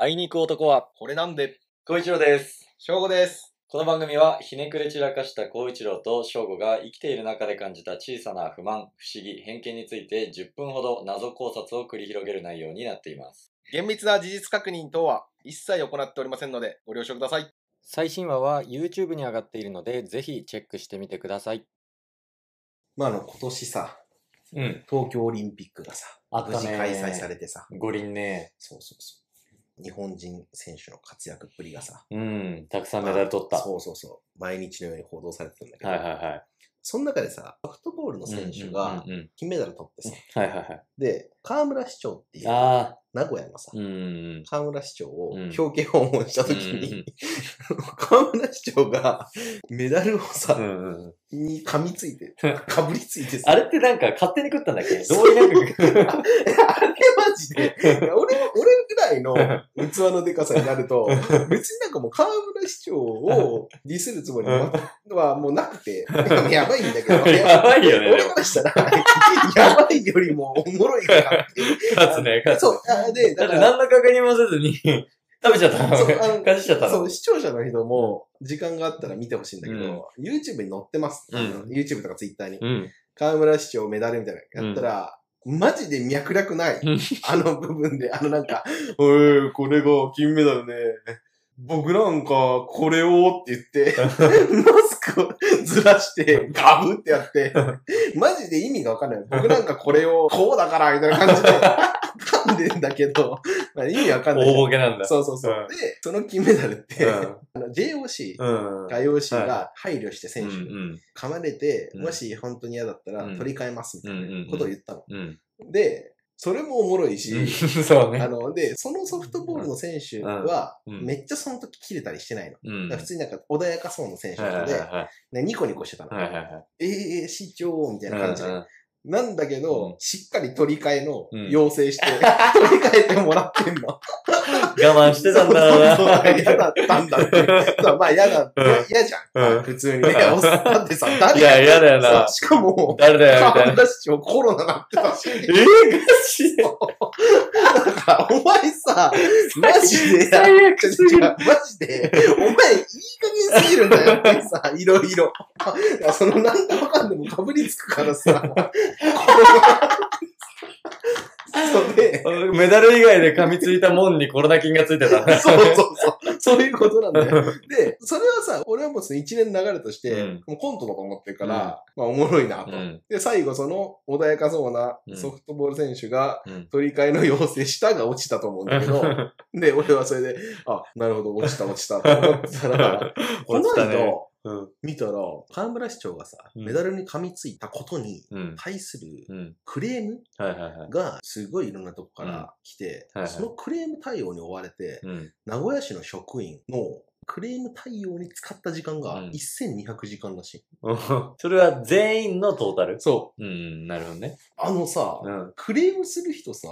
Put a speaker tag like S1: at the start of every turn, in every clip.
S1: あいに行く男は、
S2: これなんで、
S1: 孝一郎です。
S2: 正午です。
S1: この番組は、ひねくれ散らかした孝一郎と正吾が生きている中で感じた小さな不満、不思議、偏見について10分ほど謎考察を繰り広げる内容になっています。
S2: 厳密な事実確認等は一切行っておりませんので、ご了承ください。
S1: 最新話は YouTube に上がっているので、ぜひチェックしてみてください。
S3: まあ、あの、今年さ、
S1: うん。
S3: 東京オリンピックがさ、
S1: あっ
S3: 無
S1: た
S3: 事
S1: ね。
S3: 開催されてさ、
S1: 五輪ね。
S3: そうそうそう。日本人選手の活躍っぷりがさ、
S1: うん。たくさんメダル取った。
S3: そうそうそう。毎日のように報道されてたんだけど、
S1: はいはいはい。
S3: その中でさ、ソフトボールの選手が
S1: うんうんうん
S3: 金メダル取ってさ、
S1: はいはいはい。
S3: で、河村市長っていう
S1: ああ、
S3: 名古屋のさ、
S1: うん。
S3: 河村市長を
S1: うん
S3: 表敬訪問した時
S1: うんうん
S3: に、 河村市長がメダルをさ、
S1: うんうんうん
S3: に噛みついて、かぶりついてさ、
S1: あれってなんか勝手に食ったんだっけどうになく食 う。
S3: あれマジで、いや俺の、俺ぐら いの器のでかさになると、別になんかもう河村市長をディスるつもりははもうなく て、やばいんだけど、
S1: やばいよね
S3: 俺からしたら、 やばいよりもおもろいからって いう。
S1: 勝つね、勝つ。
S3: そう、あで、
S1: だ
S3: だ
S1: っ
S3: か
S1: て
S3: ら、
S1: 何の確認もせずに食べちゃったの。
S3: そうあの
S1: 勝ちちゃった
S3: そ
S1: の。
S3: う、視聴者の人も、時間があったら見てほしいんだけど、YouTube に載ってます。
S1: うん
S3: YouTube とか Twitter に。
S1: うん。
S3: 河村市長メダルみたいなのやったら、マジで脈絡ない
S1: うん。
S3: あの部分で、あのなんか、おい、これが金メダルね。僕なんか、これをって 言って、マスクをずらして、ガブってやって、マジで意味がわかんない。僕なんかこれを、こうだから、みたいな感じで、噛んでんだけど、まあ意味わかんない
S1: 大
S3: じゃん。
S1: ボケなんだ。
S3: そうそうそう。
S1: う
S3: で、その金メダルって、
S1: うん
S3: あの JOC
S1: うん。
S3: が IOC が配慮して選手に、
S1: うん
S3: 噛まれて、
S1: うん
S3: もし本当に嫌だったら
S1: うん
S3: 取り替えますみたい
S1: うんうんうん
S3: なことを言ったの。
S1: うん。
S3: で、それもおもろいし、
S1: うん。そう
S3: あ
S1: ね。
S3: の、で、そのソフトボールの選手は、
S1: うんうん
S3: めっちゃその時切れたりしてないの。
S1: うん
S3: だから普通になんか穏やかそうな選手
S1: はい
S3: な
S1: は
S3: の
S1: い
S3: で、
S1: は
S3: ねニコニコしてたの。
S1: い。はいはい はい。
S3: ええー、市長みたいな感じ
S1: うん
S3: で。
S1: うん
S3: なんだけ
S1: うん
S3: ど、しっかり取り替えの
S1: うん
S3: 要請して、 取り替えてもらってんの。
S1: 我慢してたんだろうな。
S3: そうそうそう嫌だったんだっていう。そうまあ嫌だ、嫌じゃ
S1: うん
S3: ん。普通にね。おっさんってさ、
S1: い
S3: 誰
S1: や、嫌だよ
S3: さ
S1: な、。
S3: しかも、
S1: 誰だよ、みたい
S3: 河
S1: な。
S3: 村市長コロナなってたし。
S1: えぇ、ガチで。
S3: だから お前さ、マジで、
S1: 最悪すぎ
S3: 違
S1: る
S3: うマジで、お前、いい加減すぎるんだよってさ、いろいろ。だからその、なんだかんでもかぶりつくからさ、このそうで、
S1: メダル以外で噛みついたもんにコロナ菌がついてた。
S3: そうそうそう、そういうことなんだよ。で、それはさ、俺はもうその一年流れとして、
S1: うん
S3: もうコントだと思ってるから、まあおもろいなと。
S1: うん。
S3: で、最後その穏やかそうな
S1: うん
S3: ソフトボール選手が
S1: うん
S3: 取り替えの要請したが落ちたと思うんだけど、 で、俺はそれで、あ、なるほど、落ちた落ちたと思ってたら、こ の
S1: 落ちたね
S3: 人
S1: うん
S3: 見たら、河村市長がさ、
S1: うん
S3: メダルに噛みついたことに
S1: うん。
S3: 対する
S1: うん。
S3: クレーム
S1: はいはいはい。
S3: がすごいいろんなとこから来て、
S1: うんはいはい
S3: そのクレーム対応に追われて、
S1: うん。
S3: 名古屋市の職員のクレーム対応に使った時間
S1: う
S3: が
S1: ん
S3: 1200時間らしい。
S1: それは全員のトータル
S3: そ
S1: うん、なるほどね。
S3: う。あのさ、
S1: うん。
S3: クレームする 人さ、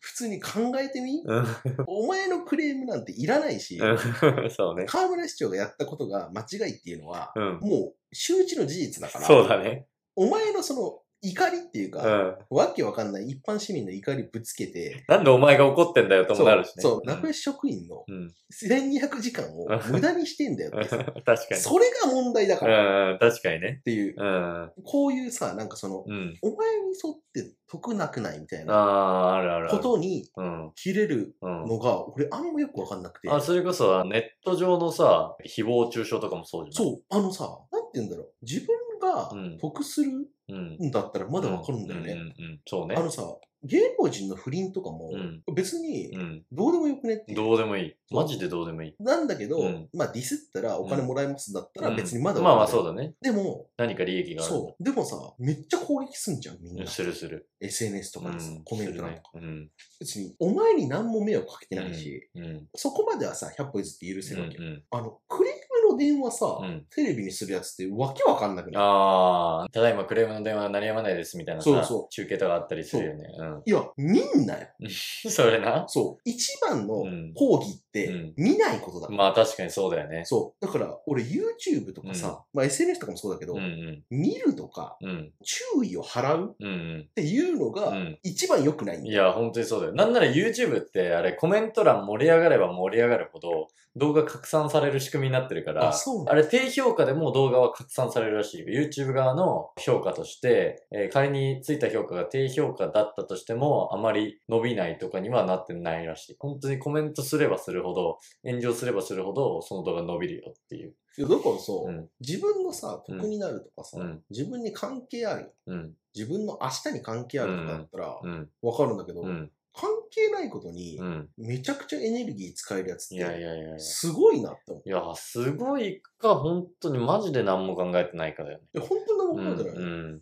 S3: 普通に考えてみ
S1: うん。
S3: お前のクレームなんていらないし、
S1: うんそうね。
S3: 河村市長がやったことが間違いっていうのは、
S1: うん。
S3: もう周知の事実だから、
S1: そうだね。
S3: お前のその怒りっていう
S1: う
S3: か、
S1: ん。
S3: わけわかんない一般市民の怒りぶつけて、
S1: なんでお前が怒ってんだよともなるしね。
S3: そう、名
S1: ん
S3: 古屋市職員の
S1: うん。
S3: 1200時間を無駄にしてんだよってさ、
S1: 確かに。
S3: それが問題だ
S1: う
S3: からっ
S1: んうん、確かにね。
S3: ていう、
S1: うん。
S3: こういうさ、なんかその、
S1: うん。
S3: お前に沿って得なくないみたい
S1: あ
S3: な
S1: あ、あるあるあ
S3: こ
S1: る。
S3: とに
S1: うん。
S3: 切れる
S1: うん。
S3: のが、俺あんまよくわかんなくて。
S1: あ、それこそ、ネット上のさ、誹謗中傷とかもそうじゃん。
S3: そう、あのさ、なんて言うんだろう。自分が
S1: うん
S3: 得する
S1: う。うん。
S3: んだったらまだわかるんだよ
S1: う
S3: ね。
S1: んうんうん、そうね
S3: あ。のさ、芸能人の不倫とかも
S1: う、ん。
S3: 別に
S1: うん。
S3: どうでもよくねっていう。
S1: どうでもいい。
S3: そう
S1: マジでどうでもいい。
S3: なんだけど、
S1: うん
S3: まあディスったらお金もらえますだったら別にまだ
S1: まあまあ
S3: わか
S1: そ
S3: る
S1: うだね。
S3: でも、
S1: 何か利益がある。
S3: そう。でもさ、めっちゃ攻撃すんじゃん、みんな。
S1: するする。
S3: SNS とかでさ
S1: うん
S3: コメントなんか。
S1: するね
S3: 別に、お前に何も迷惑かけてないし、
S1: うん。うん。
S3: そこまではさ、100歩譲って許せ
S1: う
S3: るわけよ。
S1: ん。
S3: あの、クレームの電話さ、
S1: うん。
S3: テレビにするやつってわけわかんなくない
S1: ああ、ただいまクレームの電話が鳴りやまないですみたいなさ、
S3: そうそう
S1: 中継とかあったりするよね。う
S3: いや、見んなよ。
S1: ん。 それな。
S3: そう。一番の
S1: うん
S3: 講義っ
S1: う
S3: て
S1: ん
S3: 見ないことだから。
S1: まあ確かにそうだよね。
S3: そう。だから、俺 YouTube とかさ、まあ SNS とかもそうだけど、
S1: うんうん。
S3: 見るとか、
S1: うん。
S3: 注意を払うっ
S1: うんうん。
S3: ていうの
S1: う
S3: が、
S1: ん
S3: 一番良くないんだ
S1: い
S3: よ。
S1: や、本当にそうだよ。なんなら YouTube って、あれ、コメント欄盛り上がれば盛り上がるほど、動画拡散される仕組みになってるから、
S3: あ、そう
S1: あれ、低評価でも動画は拡散されるらしいよ。YouTube 側の評価として、えー仮についた評価が低評価だったとしても、あまり伸びないとかにはなってないらしい。本当にコメントすればするほど、炎上すればするほど、その動画伸びるよっていう。
S3: いやだからさ、
S1: うん
S3: 自分のさ、得になるとかさ、
S1: うん
S3: 自分に関係ある、
S1: うん。
S3: 自分の明日に関係あるとかだったら、
S1: うん。
S3: わかるんだけど、
S1: うん。
S3: 関係ないことに
S1: う、ん。
S3: めちゃくちゃエネルギー使えるやつっ
S1: いやい
S3: て、
S1: やいやいや。
S3: すごいなって思う。
S1: いや、すごいか、本当にマジで何も考えてないかだよね。
S3: いや、本当に
S1: う
S3: 何
S1: ん
S3: も考えて
S1: う
S3: ない。
S1: ん。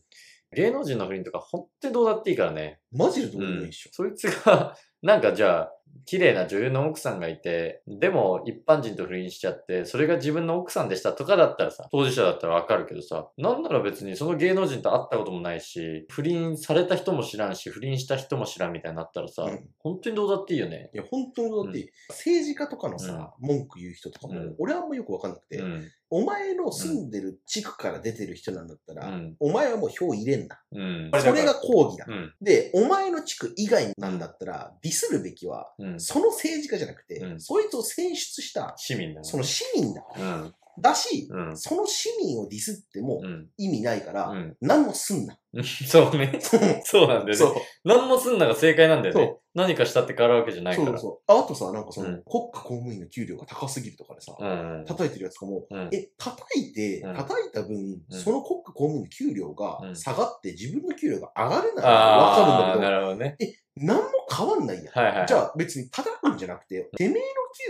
S1: 芸能人の不倫とか、本当にどうだっていいからね。
S3: マジでどう
S1: う
S3: でもいい
S1: ん
S3: でしょ。
S1: そいつが、なんかじゃあ、綺麗な女優の奥さんがいて、でも一般人と不倫しちゃって、それが自分の奥さんでしたとかだったらさ、当事者だったらわかるけどさ、なんなら別にその芸能人と会ったこともないし、不倫された人も知らんし、不倫した人も知らんみたいになったらさ、
S3: うん
S1: 本当にどうだっていいよね。
S3: いや、本当にだって、政治家とかのさ、文句言う人とかも、
S1: うん
S3: 俺はあんまよくわかんなくて、
S1: うん。
S3: お前の住んでる地区から出てる人なんだった
S1: う
S3: ら、
S1: ん。
S3: お前はもう票入れんな。
S1: うん。
S3: それが抗議だ。
S1: うん。
S3: で、お前の地区以外なんだったら、ディスるべきは、
S1: うん。
S3: その政治家じゃなくて、
S1: うん
S3: そいつを選出した、
S1: 市民だね
S3: その市民だ。
S1: うん。
S3: だし、
S1: うん。
S3: その市民をディスっても
S1: うん。
S3: 意味ないから、
S1: うん。
S3: 何もすんな。
S1: そうね。
S3: そう。
S1: そうなんだよ
S3: そ
S1: ね。
S3: う。
S1: 何もすんなが正解なんだよ
S3: そ
S1: ね
S3: う。
S1: 何かしたって変わるわけじゃないか
S3: そ
S1: ら。
S3: うそう。ああとさ、なんかその、
S1: うん
S3: 国家公務員の給料が高すぎるとかでさ、
S1: うん。
S3: 叩いてるやつとかも、
S1: うん
S3: え、叩いて、
S1: うん
S3: 叩いた分、その国家公務員の給料
S1: う
S3: が
S1: ん
S3: 下がって自分の給料が上がるならわ
S1: あ
S3: か
S1: あ
S3: るんだ
S1: なるほどね。
S3: けど、何も変わんないやん。
S1: はいはいはい。
S3: じゃあ別に叩くんじゃなくて、てめえの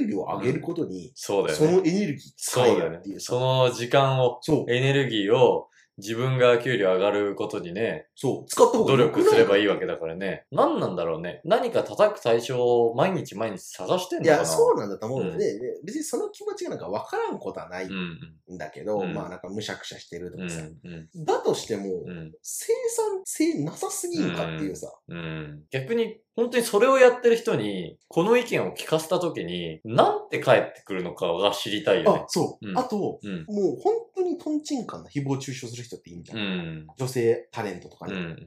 S3: 給料を上げることに、
S1: そうだよ
S3: そ
S1: ね。
S3: のエネルギー使
S1: そ
S3: え
S1: うだよ
S3: る
S1: ね
S3: ってい。うさ
S1: その時間を、
S3: そう、
S1: エネルギーを、自分が給料上がることにね、
S3: そう、使った方が
S1: 努力すればいい
S3: わ。
S1: わけだからね。何なんだろうね。何か叩く対象を毎日毎日探してん
S3: い
S1: のかな
S3: や、そうなんだと思う
S1: う
S3: んだ
S1: ん
S3: よね。で別にその気持ちがなんか分からんことはない
S1: うんうん。
S3: んだけど、
S1: うん
S3: まあなんかむしゃくしゃしてると
S1: う
S3: かさ。
S1: んうん
S3: だとしても、
S1: うん
S3: 生産性なさすぎるかっていうさ。
S1: うん逆に、本当にそれをやってる人に、この意見を聞かせたときに、なんて返ってくるのかが知りたいよ
S3: あ
S1: ね、。
S3: そう。
S1: うん
S3: あと、
S1: うん。
S3: もう本当にトンチンカンな誹謗中傷する人っていいんじゃ。
S1: うんん。
S3: 女性タレントとか
S1: う
S3: に。
S1: ん。
S3: どういう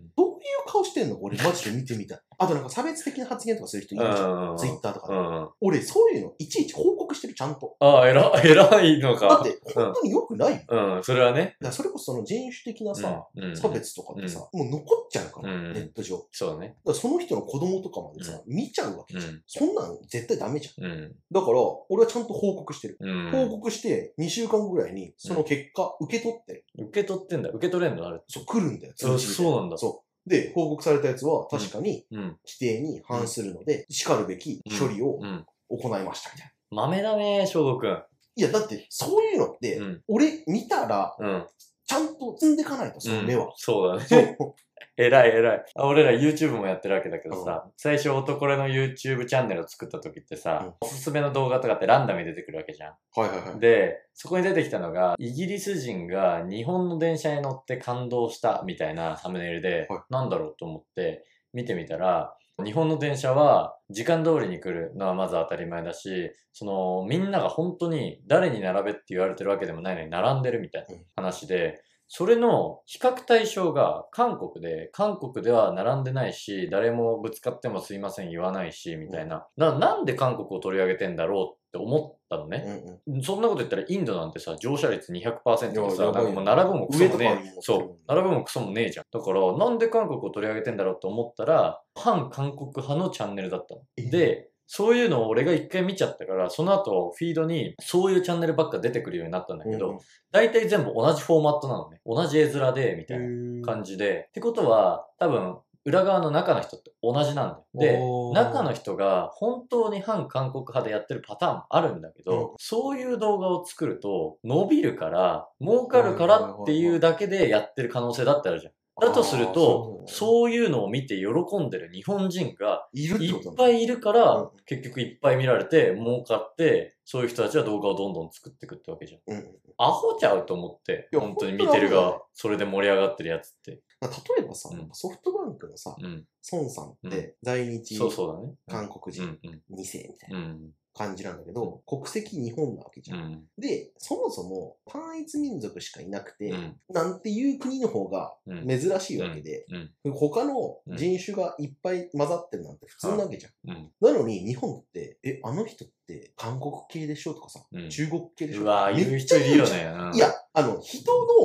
S3: 顔してんの俺マジで見てみたい。あとなんか差別的な発言とかする人いるじゃん。ツイッターとか
S1: う
S3: で。
S1: ん。
S3: 俺そういうのいちいち報告してる、ちゃんと。
S1: ああ、偉、偉いのか。
S3: だって、本当に良くないよ。だか
S1: うん、それはね。
S3: らそれこそその人種的なさ、
S1: うんうん
S3: 差別とかってさ、もう残っちゃうから、
S1: うん
S3: ネット上。だか
S1: そうだね。
S3: らその人の子供とかまでさ、見ちゃうわけ
S1: う
S3: じゃん。
S1: ん。
S3: そんなん絶対ダメじゃん。
S1: うん。
S3: だから、俺はちゃんと報告してる。
S1: うん
S3: 報告して、2週間後ぐらいに、その結果、受け取ってる。
S1: 受け取ってんだ。受け取れんのあれ。
S3: そう、来るんだよ、
S1: そう
S3: 通知みたい
S1: そうなんだ
S3: そう。で、報告されたやつは、確かに、
S1: うん。
S3: 規定に反するので、叱るべき処理を
S1: うん。
S3: 行いました、みたいな。
S1: 豆だね、翔吾くん。
S3: いや、だって、そういうのって、
S1: うん。
S3: 俺見たら、
S1: うん。
S3: ちゃんと積んでいかないと、その目
S1: うん
S3: は。
S1: そうだね。
S3: そう。
S1: 偉い偉い。あ俺ら YouTube もやってるわけだけどさ、最初男れの YouTube チャンネルを作った時ってさ、おすすめの動画とかってランダムに出てくるわけじゃ
S3: はいはいはい
S1: ん。。で、そこに出てきたのが、イギリス人が日本の電車に乗って感動したみたいなサムネイルで
S3: はい、
S1: なんだろうと思って見てみたら、日本の電車は時間通りに来るのはまず当たり前だし、そのみんなが本当に誰に並べって言われてるわけでもないのに並んでるみたいな
S3: うん
S1: 話で、それの比較対象が韓国で、韓国では並んでないし、誰もぶつかってもすいません言わないし、みたいな。な、なんで韓国を取り上げてんだろうって思ったのね。
S3: うんうん
S1: そんなこと言ったらインドなんてさ、乗車率200%でさ、
S3: いや
S1: な
S3: や
S1: ん
S3: ばい
S1: か
S3: よ
S1: もう並ぶもクソも
S3: 上とか
S1: ね
S3: にも
S1: え、そう、並ぶもクソもねえじゃん。だから、なんで韓国を取り上げてんだろうと思ったら、反韓国派のチャンネルだったの。
S3: え
S1: で、そういうのを俺が一回見ちゃったから、その後、フィードに、そういうチャンネルばっか出てくるようになったんだけど、大体全部同じフォーマットなのね。同じ絵面で、みたいな感じで。ってことは、多分、裏側の中の人って同じなんだよ。で、中の人が本当に反韓国派でやってるパターンもあるんだけど、
S3: う
S1: そういう動画を作ると伸びるから、儲かるからっていうだけでやってる可能性だってあるじゃん。だとすると
S3: あ、ー
S1: そういうのを見て喜んでる日本人 が
S3: いるって
S1: いっ
S3: ことなんだ
S1: ぱいいるか
S3: う
S1: ら
S3: ん、
S1: 結局いっぱい見られて、儲かって、そういう人たちは動画をどんどん作っていくってわけじゃん。
S3: うんうん
S1: アホちゃうと思って、
S3: いや
S1: 本当に見てる
S3: 本当だ
S1: が、それで盛り上がってるやつって。
S3: まあ例えばさ、
S1: うん
S3: ソフトバンクのさ、
S1: うん。
S3: 孫さんって在日
S1: そうそうだね
S3: 韓。
S1: う
S3: 国人
S1: ん。うん。
S3: 2世みたいな
S1: うん。
S3: 感じなんだけど、国籍日本なわけじ
S1: う
S3: ゃん。
S1: ん。
S3: で、そもそも単一民族しかいなくて、
S1: うん。
S3: なんていう国の方が
S1: うん。
S3: 珍しいわけで、
S1: うん
S3: 他の人種がいっぱい混ざってるなんて普通なわけじゃん。
S1: うん。
S3: なのに日本って、え、あの人って韓国系でしょとかさ、
S1: うん
S3: 中国系でしょ
S1: うわぁ、
S3: め
S1: い
S3: っ
S1: る
S3: ち
S1: 人
S3: ゃ
S1: いるよね。うん
S3: いや、、あの、人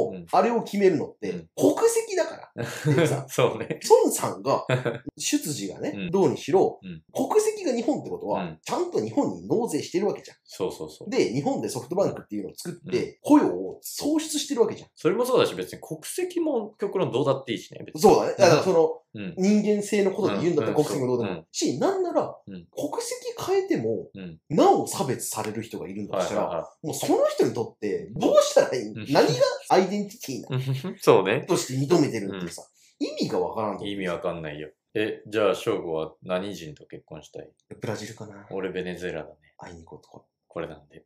S1: う
S3: の
S1: ん
S3: あれを決めるのって
S1: うん
S3: 国籍だから。でさ
S1: そうね。
S3: 孫さ んが、出自が
S1: う
S3: ね
S1: ん、
S3: どうにしろ
S1: うん、
S3: 国籍が日本ってこと
S1: う
S3: は
S1: ん、
S3: ちゃんと日本に納税してるわけじゃ。。
S1: そうそうそうん
S3: で、日本でソフトバンクっていうのを作って、雇用を創出してるわけじゃん。
S1: それもそうだし、別に国籍も極論どうだっていいしね。別に
S3: そうだね。だからその、
S1: うん。
S3: 人間性のことで言うんだったら
S1: うん
S3: 国籍もどうで
S1: う
S3: も
S1: ん。
S3: し、なんなら、
S1: う
S3: 国
S1: ん
S3: 籍変えても
S1: うん、
S3: なお差別される人がいるんだ
S1: は
S3: と
S1: い
S3: した
S1: はい
S3: ら、
S1: は
S3: もうその人にとって、どうしたらいい
S1: ん。
S3: 何がアイデンティティない
S1: そうね。
S3: として認めてるっていうさ、意味がわからんと思う
S1: 意味わかんないよ。え、じゃあ、翔吾は何人と結婚したい
S3: ブラジルかな
S1: 俺、ベネズエラだね。
S3: 会いに行こうとか。
S1: これなんで。